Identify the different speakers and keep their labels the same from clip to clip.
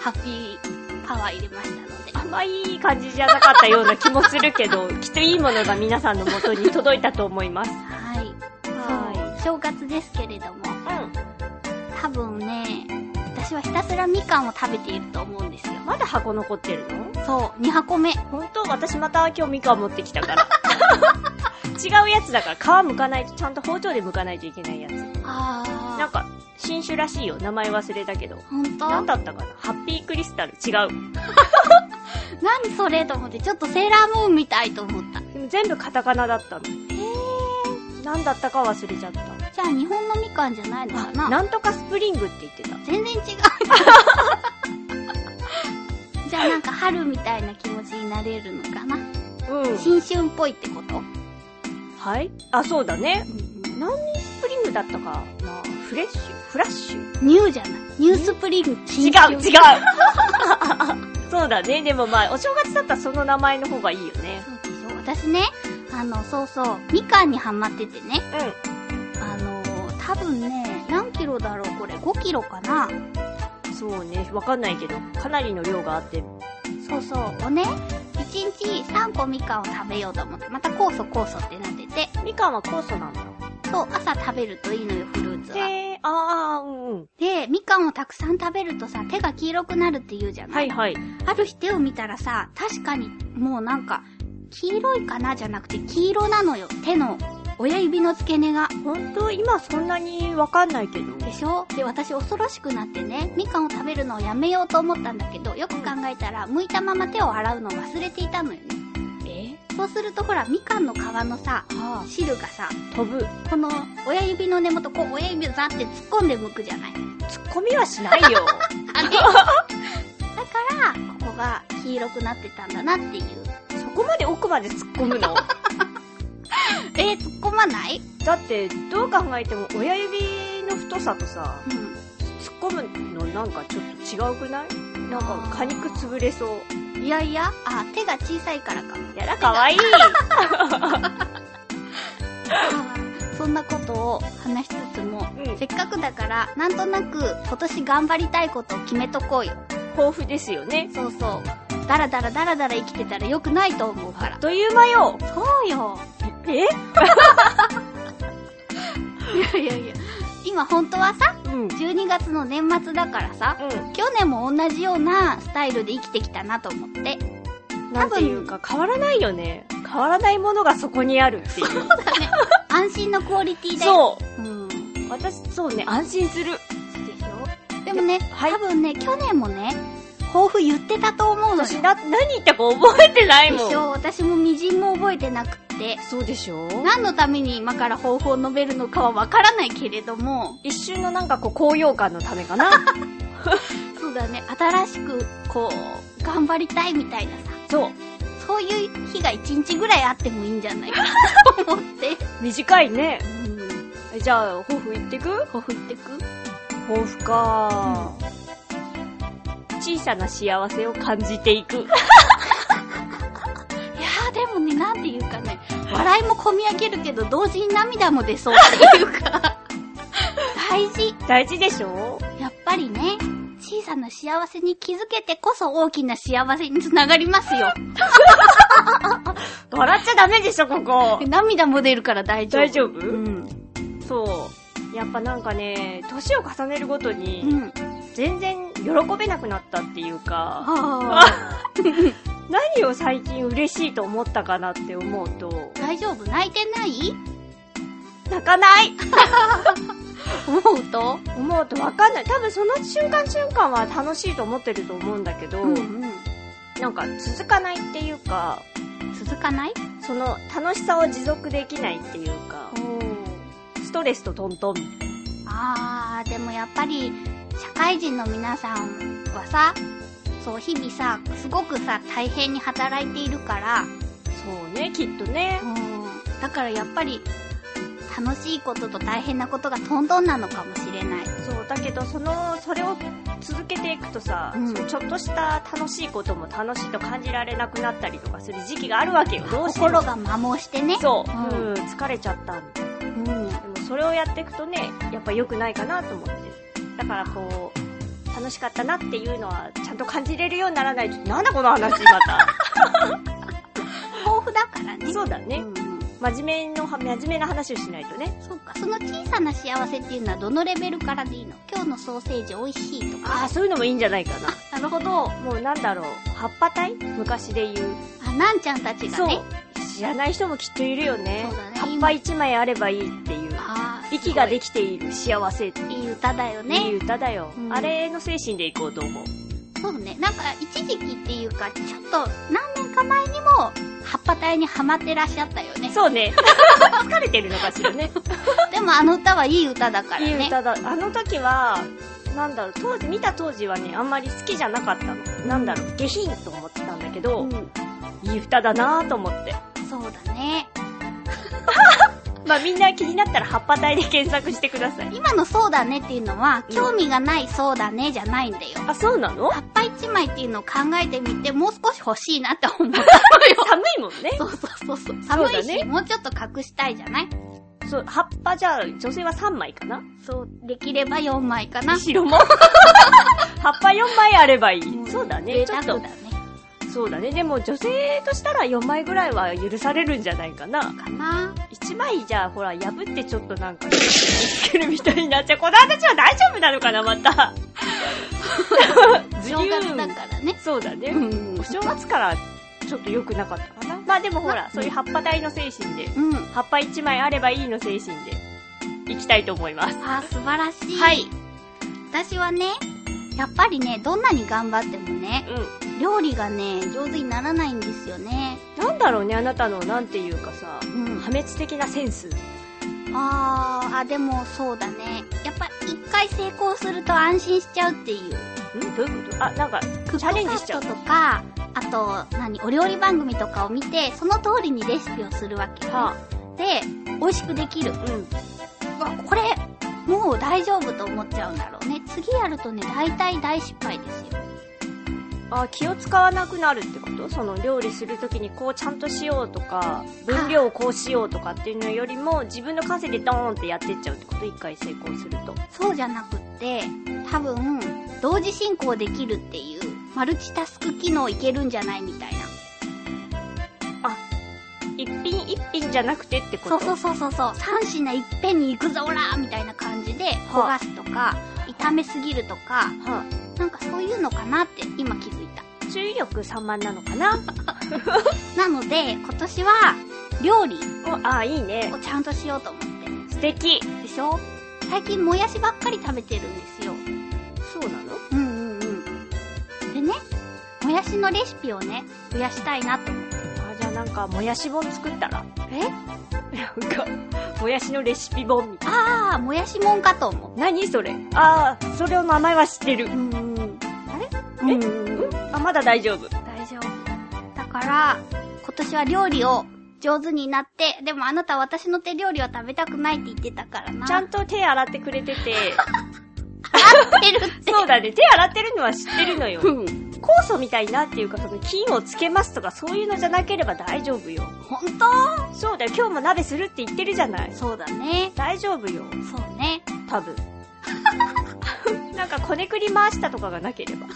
Speaker 1: ハッピーパワー入れましたので。
Speaker 2: 甘い感じじゃなかったような気もするけ ど、きっといいものが皆さんの元に届いたと思います。
Speaker 1: はい。そう、正月ですけれども、
Speaker 2: うん。
Speaker 1: 多分ね、私はひたすらみかんを食べていると思うんですよ。
Speaker 2: まだ箱残ってるの
Speaker 1: そう、2箱目。
Speaker 2: 本当私また今日みかん持ってきた から。違うやつだから皮剥かないと、ちゃんと包丁で剥かないといけないやつ。
Speaker 1: あー。
Speaker 2: なんか、新種らしいよ。名前忘れたけど。
Speaker 1: ほんとな
Speaker 2: なんんだったかなハッピークリスタル違う。
Speaker 1: それと思って、ちょっとセーラームーンみたいと思った。
Speaker 2: でも全部カタカナだったの。なんだったか忘れちゃった。
Speaker 1: じゃあ日本のみかんじゃないのかな
Speaker 2: なんとかスプリングって言ってた。
Speaker 1: 全然違う。 じゃあなんか春みたいな気持ちになれるのかな
Speaker 2: うん
Speaker 1: 新春っぽいってこと、
Speaker 2: はいあ、そうだね。何スプリングだったかなフレッシュフラッシュ
Speaker 1: ニューじゃないニュースプリング。
Speaker 2: 違
Speaker 1: 違
Speaker 2: う違うそうだね。でもまあ、お正月だったらその名前の方がいいよね。
Speaker 1: そうでしょ私ね、あの、そうそう、みかんにハマっててね、あの、多分ね、何キロだろうこれ、5キロかな
Speaker 2: うん。そうね。わかんないけど、かなりの量があって。
Speaker 1: そうそう、をね、1日3個みかんを食べようと思って、また酵素酵素ってなってて、
Speaker 2: みかんは酵素なんだ。
Speaker 1: そう、朝食べるといいのよ、フルーツは。
Speaker 2: へえ、ああ、うんうん。
Speaker 1: で、みかんをたくさん食べるとさ、手が黄色くなるって言うじゃな、
Speaker 2: はいいはい。
Speaker 1: ある日手を見たらさ、確かにもうなんか、黄色いかなじゃなくて黄色なのよ、手の親指の付け根が。
Speaker 2: 本当今そんなにわかんないけど。
Speaker 1: でしょで、私恐ろしくなってね、みかんを食べるのをやめようと思ったんだけど、よく考えたら、剥いたまま手を洗うのを忘れていたのよね。
Speaker 2: え
Speaker 1: そうするとほら、みかんの皮のさ、
Speaker 2: あ
Speaker 1: 汁がさ、
Speaker 2: あ、飛ぶ。
Speaker 1: この親指の根元、こう親指をザって突っ込んで剥くじゃない
Speaker 2: ツッコミはしないよ。
Speaker 1: あれだから、ここが黄色くなってたんだなっていう。
Speaker 2: そこまで奥まで突っ込むの。
Speaker 1: えー、突っ込まない
Speaker 2: だって、どう考えても親指の太さとさ、
Speaker 1: うん。
Speaker 2: 突っ込むのなんかちょっと違うくないなんか果肉潰れそう。
Speaker 1: いやいや、あ、手が小さいからか も。
Speaker 2: やだ、かわいい。
Speaker 1: そんなことを話しつつも、
Speaker 2: うん
Speaker 1: せっかくだから、なんとなく今年頑張りたいことを決めとこうよ。
Speaker 2: 豊富ですよね。
Speaker 1: そうそう。だらだらだらだら生きてたら良くないと思うか
Speaker 2: あ
Speaker 1: ら
Speaker 2: っ。という間よ。
Speaker 1: そうよ。
Speaker 2: え
Speaker 1: いやいやいや。今本当はさ、
Speaker 2: うん。うん。
Speaker 1: 12月の年末だからさ、去年も同じようなスタイルで生きてきたなと思って。
Speaker 2: なんていうか変わらないよね。変わらないものが そこにあるっていう。
Speaker 1: 安心のクオリティだよ。
Speaker 2: そう。
Speaker 1: そう。うん。で
Speaker 2: 私、そうね、安心する。
Speaker 1: しょでもね、
Speaker 2: はい
Speaker 1: 多分ね、去年もね、抱負言ってたと思うのよ。
Speaker 2: 私、な、何言ったか覚えてない
Speaker 1: で
Speaker 2: もん
Speaker 1: し。ょ私もみじんも覚えてなくって
Speaker 2: そうでしょ
Speaker 1: 何のために今から方法を述べるのかはわからないけれども
Speaker 2: 一瞬のなんかこう、高揚感のためかな。
Speaker 1: そうだね新しくこう頑張りたいみたいなさ
Speaker 2: そう。
Speaker 1: そういう日が一日ぐらいあってもいいんじゃないかなと思 って
Speaker 2: 短いね。
Speaker 1: うん
Speaker 2: えじゃあ、抱負言ってく
Speaker 1: 抱負言ってく
Speaker 2: 抱負か、小さな幸せを感じてい く。
Speaker 1: いやーでもねなんていうかね 笑いもこみ上げるけど同時に涙も出そうっていうかだ大事。
Speaker 2: 大事でしょ
Speaker 1: やっぱりね、小さな幸せに気づけてこそ大きな幸せにつながりますよ。
Speaker 2: 笑っちゃダメでしょ、ここ。
Speaker 1: 涙も出るから大丈夫。
Speaker 2: 大丈夫
Speaker 1: うん。
Speaker 2: そう。やっぱなんかね、年を重ねるごと
Speaker 1: う
Speaker 2: に、
Speaker 1: ん。
Speaker 2: 全然喜べなくなったっていうか、
Speaker 1: あ
Speaker 2: 何を最近嬉しいと思ったかなって思うと、
Speaker 1: ー大丈夫泣いてない
Speaker 2: 泣かない
Speaker 1: 思うと
Speaker 2: 思うとわかんない。多分その瞬間瞬間は楽しいと思ってると思うんだけど、
Speaker 1: ん。
Speaker 2: なんか続かないっていうか、
Speaker 1: 続かない
Speaker 2: その楽しさを持続できないっていうか、ストレスとトントン。
Speaker 1: あー、でもやっぱり、社会人の皆さんはさ、そう、日々さ、すごくさ、大変に働いているから、
Speaker 2: そうね、きっとね。
Speaker 1: うん。だからやっぱり、楽しいことと大変なことがトントンなのかもしれない。
Speaker 2: そう、だけどその、それを続けていくとさ、
Speaker 1: うん
Speaker 2: そのちょっとした楽しいことも楽しいと感じられなくなったりとかする時期があるわけよ。どうしても
Speaker 1: 心が摩耗してね。
Speaker 2: そう、
Speaker 1: う
Speaker 2: うんん、疲れちゃったみたいな。
Speaker 1: う。ん。
Speaker 2: でもそれをやっていくとね、やっぱ良くないかなと思って。だからこう、楽しかったなっていうのはちゃんと感じれるようにならないと、なんだこの話ま た。
Speaker 1: 豊富だからね。
Speaker 2: そうだ
Speaker 1: う
Speaker 2: ね。
Speaker 1: ん。
Speaker 2: 真面目の、真面目な話をしないとね。
Speaker 1: そうか。その小さな幸せっていうのはどのレベルからでいいの今日のソーセージ美味しいとか。
Speaker 2: ああ、そういうのもいいんじゃないかな。
Speaker 1: なるほど。
Speaker 2: もうなんだろう、葉っぱ体昔で言う。
Speaker 1: あ、なんちゃんたちが
Speaker 2: そう
Speaker 1: ね。。
Speaker 2: 知らない人もきっといるよね。
Speaker 1: そうだね
Speaker 2: 葉っぱ一枚あればいいっていう。
Speaker 1: あー
Speaker 2: 息ができている幸せっていう。
Speaker 1: いい歌だよ
Speaker 2: い
Speaker 1: ね。
Speaker 2: い歌だよ、
Speaker 1: うん
Speaker 2: あれの精神でいこうと思う。
Speaker 1: そうね。なんか、一時期っていうか、ちょっと、何年か前にも、葉っぱ隊にハマってらっしゃったよね。
Speaker 2: そうね。 疲れてるのかしらね。
Speaker 1: でもあの歌はいい歌だからね。
Speaker 2: いい歌だ。あの時は、なんだろう、当時、見た当時はね、あんまり好きじゃなかったの。なんだろう、下品と思ってたんだけど、
Speaker 1: うん。
Speaker 2: いい歌だなぁと思って。
Speaker 1: そうだね。
Speaker 2: まあみんな気になったら葉っぱ体で検索してください。
Speaker 1: 今のそうだねっていうのは、
Speaker 2: うん
Speaker 1: 興味がないそうだねじゃないんだよ。
Speaker 2: あ、そうなの
Speaker 1: 葉っぱ一枚っていうのを考えてみて、もう少し欲しいなって思った。
Speaker 2: 寒いもんね。
Speaker 1: そうそうそうそう。寒い
Speaker 2: そう
Speaker 1: し、
Speaker 2: だね
Speaker 1: もうちょっと隠したいじゃない
Speaker 2: そう、葉っぱじゃあ、女性は3枚かな
Speaker 1: そう、できれば4枚かな。
Speaker 2: 後ろも。 葉っぱ4枚あればいい。そうだね、
Speaker 1: 贅
Speaker 2: ち
Speaker 1: 沢
Speaker 2: ょっ
Speaker 1: だ
Speaker 2: と
Speaker 1: ね。。
Speaker 2: そうだね、でも女性としたら4枚ぐらいは許されるんじゃないかな。
Speaker 1: かな。
Speaker 2: 1枚じゃあ、ほら、破ってちょっとなんか、見つけるみたいになっちゃう。この話は大丈夫なのかな、ま た。ず
Speaker 1: 正月だからね。
Speaker 2: そうだね。
Speaker 1: ん
Speaker 2: お正月からちょっと良くなかったかな。まあでもほら、そういう葉っぱ大の精神で、
Speaker 1: うん。
Speaker 2: 葉っぱ1枚あればいいの精神で、いきたいと思います。
Speaker 1: あー、素晴らしい。
Speaker 2: はい。
Speaker 1: 私はね、やっぱりね、どんなに頑張ってもね、
Speaker 2: うん。
Speaker 1: 料理がね、上手にならないんですよね。
Speaker 2: なんだろうね、あなたの、なんていうかさ、
Speaker 1: うん
Speaker 2: 破。滅的なセンス。
Speaker 1: あー、あ、でもそうだね。やっぱ一回成功すると安心しちゃうっていう。
Speaker 2: んどういうことあ、なんか、
Speaker 1: クック
Speaker 2: チャレンジしちゃう
Speaker 1: パッドとか、あと、何、お料理番組とかを見て、その通りにレシピをするわけ。
Speaker 2: は
Speaker 1: で、美味しくできる。
Speaker 2: あ、うん。
Speaker 1: あ、これ、もう大丈夫と思っちゃうんだろうね。次やるとね、大体大失敗ですよ。
Speaker 2: あ、気を使わなくなるってことその料理するときにこうちゃんとしようとか、分量をこうしようとかっていうのよりも、自分の稼ぎでドーンってやってっちゃうってこと一回成功すると。
Speaker 1: そうじゃなくって、多分、同時進行できるっていう、マルチタスク機能いけるんじゃないみたいな。
Speaker 2: 一品一品じゃなくてってこと
Speaker 1: そうそうそうそうそう。三品いっぺんに行くぞおらーみたいな感じで、焦がすとか、炒めすぎるとか、
Speaker 2: は
Speaker 1: なんかそういうのかなって今気づいた。
Speaker 2: あ、注意力散漫なのかな
Speaker 1: なので、今年は、料理
Speaker 2: おあ、いいね
Speaker 1: を。ちゃんとしようと思っ
Speaker 2: 素敵。
Speaker 1: て。でしょ最近もやしばっかり食べてるんですよ。
Speaker 2: そうなの
Speaker 1: うんうんうん。でね、もやしのレシピをね、増やしたいなと思って。
Speaker 2: あ、じゃあなんか、もやし本作ったら。
Speaker 1: え
Speaker 2: なんか、もやしのレシピ本みたいな。
Speaker 1: あー、もやしもんかと思う。
Speaker 2: 何それああ、それの名前は知ってる
Speaker 1: う。ーん。あれ
Speaker 2: え
Speaker 1: うーん。
Speaker 2: あ、まだ大丈夫。
Speaker 1: 大丈夫。だから、今年は料理を上手になって、でもあなた私の手料理は食べたくないって言ってたからな。
Speaker 2: ちゃんと手洗ってくれてて、
Speaker 1: とってるって。
Speaker 2: そうだね、手洗ってるのは知ってるのよ。
Speaker 1: うん。
Speaker 2: 酵素みたいなっていうか、その菌をつけますとかそういうのじゃなければ大丈夫よ。
Speaker 1: 本当
Speaker 2: そうだよ、今日も鍋するって言ってるじゃない。
Speaker 1: そうだね。
Speaker 2: 大丈夫よ、
Speaker 1: そうね。
Speaker 2: 多分。なんかこねくり回したとかがなけ れば。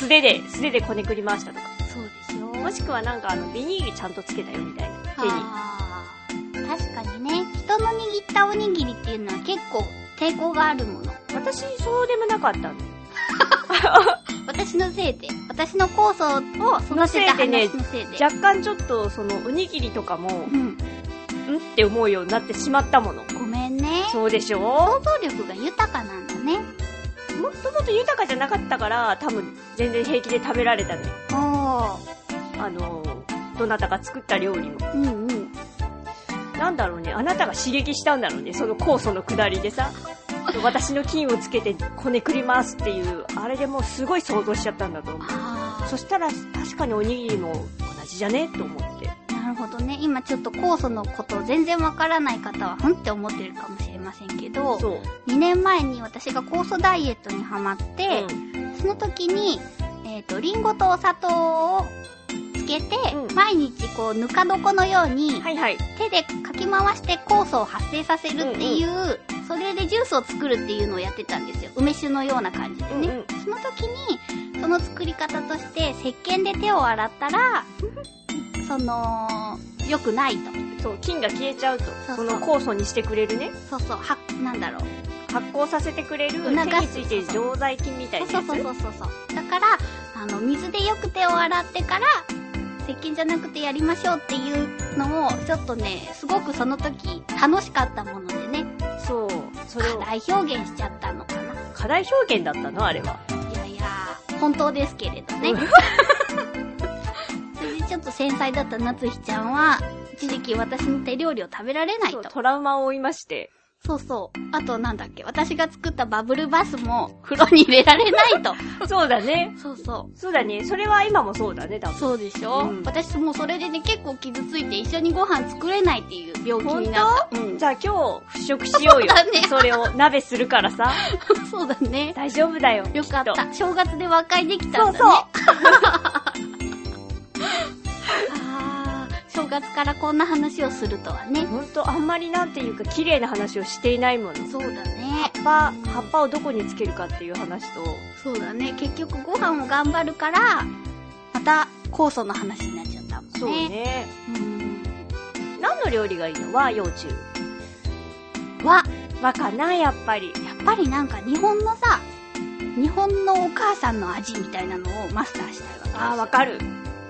Speaker 2: 素手で、素手でこねくり回したとか。
Speaker 1: そうですよ。
Speaker 2: もしくはなんかあの、ビニールちゃんとつけたよみたいな。手に。
Speaker 1: あー確かにね、人の握ったおにぎりっていうのは結構抵抗があるもの。
Speaker 2: 私、そうでもなかったんで。
Speaker 1: 私のせいで、私の酵素を
Speaker 2: を、
Speaker 1: 育てた
Speaker 2: でね
Speaker 1: 話、のせいで。
Speaker 2: 若干ちょっとその、おにぎりとかも、ん
Speaker 1: うん、
Speaker 2: って思うようになってしまったもの。
Speaker 1: ごめんね。
Speaker 2: そうでしょ
Speaker 1: 想像力が豊かなんだね。
Speaker 2: もともと豊かじゃなかったから、多分、全然平気で食べられたね。
Speaker 1: おー。
Speaker 2: あのー、どなたか作った料理も。
Speaker 1: うんうん。
Speaker 2: なんだろうね、あなたが刺激したんだろうね、その酵素の下りでさ。私の菌をつけてこねくりますっていう、あれでもうすごい想像しちゃったんだと思う。
Speaker 1: あ
Speaker 2: そしたら確かにおにぎりも同じじゃねと思って。
Speaker 1: ー。なるほどね。今ちょっと酵素のこと全然わからない方は、ふんって思ってるかもしれませんけど、
Speaker 2: そう。
Speaker 1: 2年前に私が酵素ダイエットにハマって、
Speaker 2: うん
Speaker 1: その時に、えっ、と、リンゴとお砂糖をつけて、
Speaker 2: うん
Speaker 1: 毎日こう、ぬか床のように、
Speaker 2: はいはい。
Speaker 1: 手でかき回して酵素を発生させるっていう、それでジュースを作るっていうのをやってたんですよ。梅酒のような感じで
Speaker 2: うん
Speaker 1: ね。
Speaker 2: うん。
Speaker 1: その時に、その作り方として、石鹸で手を洗ったら、その、良くないと。
Speaker 2: そう、菌が消えちゃうと。
Speaker 1: そう
Speaker 2: その酵素にしてくれるね。
Speaker 1: そうそう、は、なんだろう。
Speaker 2: 発酵させてくれる、
Speaker 1: 促
Speaker 2: 手
Speaker 1: す
Speaker 2: についてる常在菌みたいな
Speaker 1: そ
Speaker 2: や
Speaker 1: う
Speaker 2: つ。
Speaker 1: そうそうそうそう。だから、あの、水でよく手を洗ってから、石鹸じゃなくてやりましょうっていうのを、ちょっとね、すごくその時、楽しかったものでね、
Speaker 2: そう。それを
Speaker 1: 課、題表現しちゃったのかな。
Speaker 2: 課題表現だったのあれは。
Speaker 1: いやいや、本当ですけれどね。 それでちょっと繊細だった夏日ちゃんは、一時期私の手料理を食べられない
Speaker 2: そう、
Speaker 1: と。
Speaker 2: トラウマを負いまして。
Speaker 1: そうそう。あとなんだっけ、私が作ったバブルバスも風呂に入れられない と。
Speaker 2: そうだね。
Speaker 1: そうそう。
Speaker 2: そうだね。それは今もそうだね、多分。
Speaker 1: そうでしょ、
Speaker 2: うん
Speaker 1: 私もうそれでね、結構傷ついて一緒にご飯作れないっていう病気になった。うん
Speaker 2: じゃあ今日、払拭しようよ
Speaker 1: そうだね。
Speaker 2: それを鍋するから さ。
Speaker 1: そうだね。
Speaker 2: 大丈夫だよ。
Speaker 1: よかっ
Speaker 2: き
Speaker 1: た。正月で和解できた
Speaker 2: そ
Speaker 1: んだ
Speaker 2: う
Speaker 1: ね。
Speaker 2: そう。
Speaker 1: あー正月からこんな話をするとはね。
Speaker 2: ほんと、あんまりなんていうか、綺麗な話をしていないもの。
Speaker 1: そうだね。
Speaker 2: 葉っぱ、葉っぱをどこにつけるかっていう話と、
Speaker 1: そうだね。結局ご飯を頑張るから、また酵素の話になっちゃったもんね。
Speaker 2: そうね。
Speaker 1: うん。
Speaker 2: 何の料理がいいの和、幼虫。
Speaker 1: は、
Speaker 2: 和かな、やっぱり。
Speaker 1: やっぱりなんか日本のさ、日本のお母さんの味みたいなのをマスターしたいわけですよ。
Speaker 2: ああ、わかる。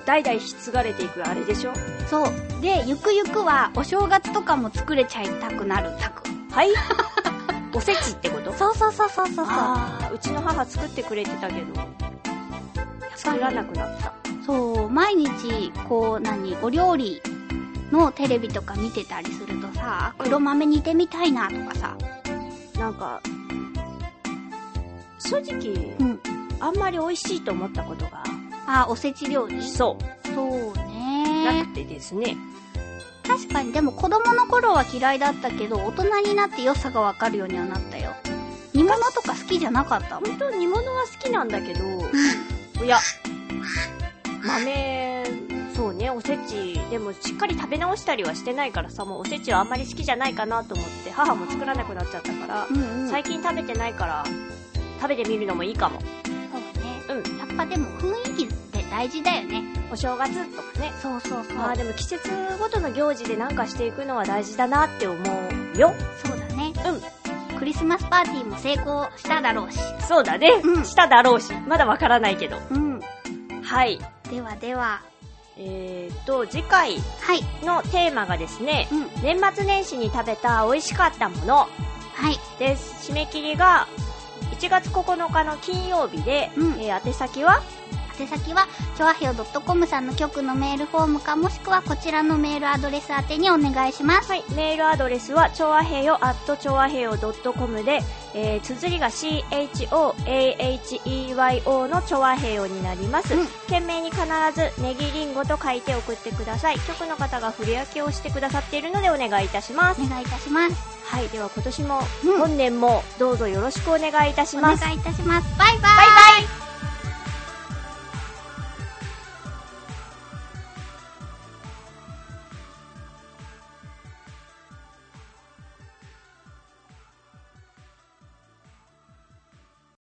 Speaker 2: 代々引き継がれていくあれでしょ
Speaker 1: そう。で、ゆくゆくはお正月とかも作れちゃいたくなるタク。
Speaker 2: はい おせちってこと
Speaker 1: そうそうそうそうそうそう。
Speaker 2: ああ、うちの母作ってくれてたけど、作らなくなった。
Speaker 1: そう、毎日、こう、何、お料理のテレビとか見てたりするとさ、黒豆煮てみたいなとかさ。
Speaker 2: なんか、正直、
Speaker 1: うん。
Speaker 2: あんまり美味しいと思ったことが、
Speaker 1: あ、おせち料理
Speaker 2: そ
Speaker 1: そう
Speaker 2: う、な
Speaker 1: ね。
Speaker 2: くてですね。
Speaker 1: 確かに、でも子供の頃は嫌いだったけど、大人になって良さがわかるようにはなったよ。煮物とか好きじゃなかったもん。
Speaker 2: 本当煮物は好きなんだけど、いや、豆、そうね、おせち、でもしっかり食べ直したりはしてないからさ、もうおせちはあんまり好きじゃないかなと思って、母も作らなくなっちゃったから、
Speaker 1: うんうん。
Speaker 2: 最近食べてないから、食べてみるのもいいかも。
Speaker 1: そうね。
Speaker 2: うん。
Speaker 1: やっぱでも雰囲気って大事だよね。
Speaker 2: お正月とかね。
Speaker 1: そうそうそう。
Speaker 2: まあでも季節ごとの行事でなんかしていくのは大事だなって思うよ。
Speaker 1: そうだね。
Speaker 2: う
Speaker 1: クリスマスパーティーも成功しただろうし。
Speaker 2: ん。そうだね。
Speaker 1: うん
Speaker 2: しただろうし。まだわからないけど。
Speaker 1: うん。
Speaker 2: はい。
Speaker 1: ではでは。
Speaker 2: えーっと、次回
Speaker 1: はい。
Speaker 2: のテーマがですね、
Speaker 1: うん。
Speaker 2: 年末年始に食べた美味しかったもの
Speaker 1: はい。
Speaker 2: です。締め切りが1月9日の金曜日で、
Speaker 1: うん
Speaker 2: えー宛先は
Speaker 1: 宛先は、ちょわひょう .com さんの局のメールフォームか、もしくはこちらのメールアドレス宛てにお願いします。
Speaker 2: はい、メールアドレスは、ちょわへよ、アットちょわへよ .com で、えー、綴りが CHOAHEYO のちょわへよになります。
Speaker 1: うん
Speaker 2: 件名に必ず、ネギリンゴと書いて送ってください。局の方が振り分けをしてくださっているのでお願いいたします。
Speaker 1: お願いいたします。
Speaker 2: はい、では今年も、
Speaker 1: うん
Speaker 2: 本年もどうぞよろしくお願いいたし
Speaker 1: お
Speaker 2: ま
Speaker 1: 願
Speaker 2: す。
Speaker 1: いいたします。バイバイ
Speaker 2: バイバイ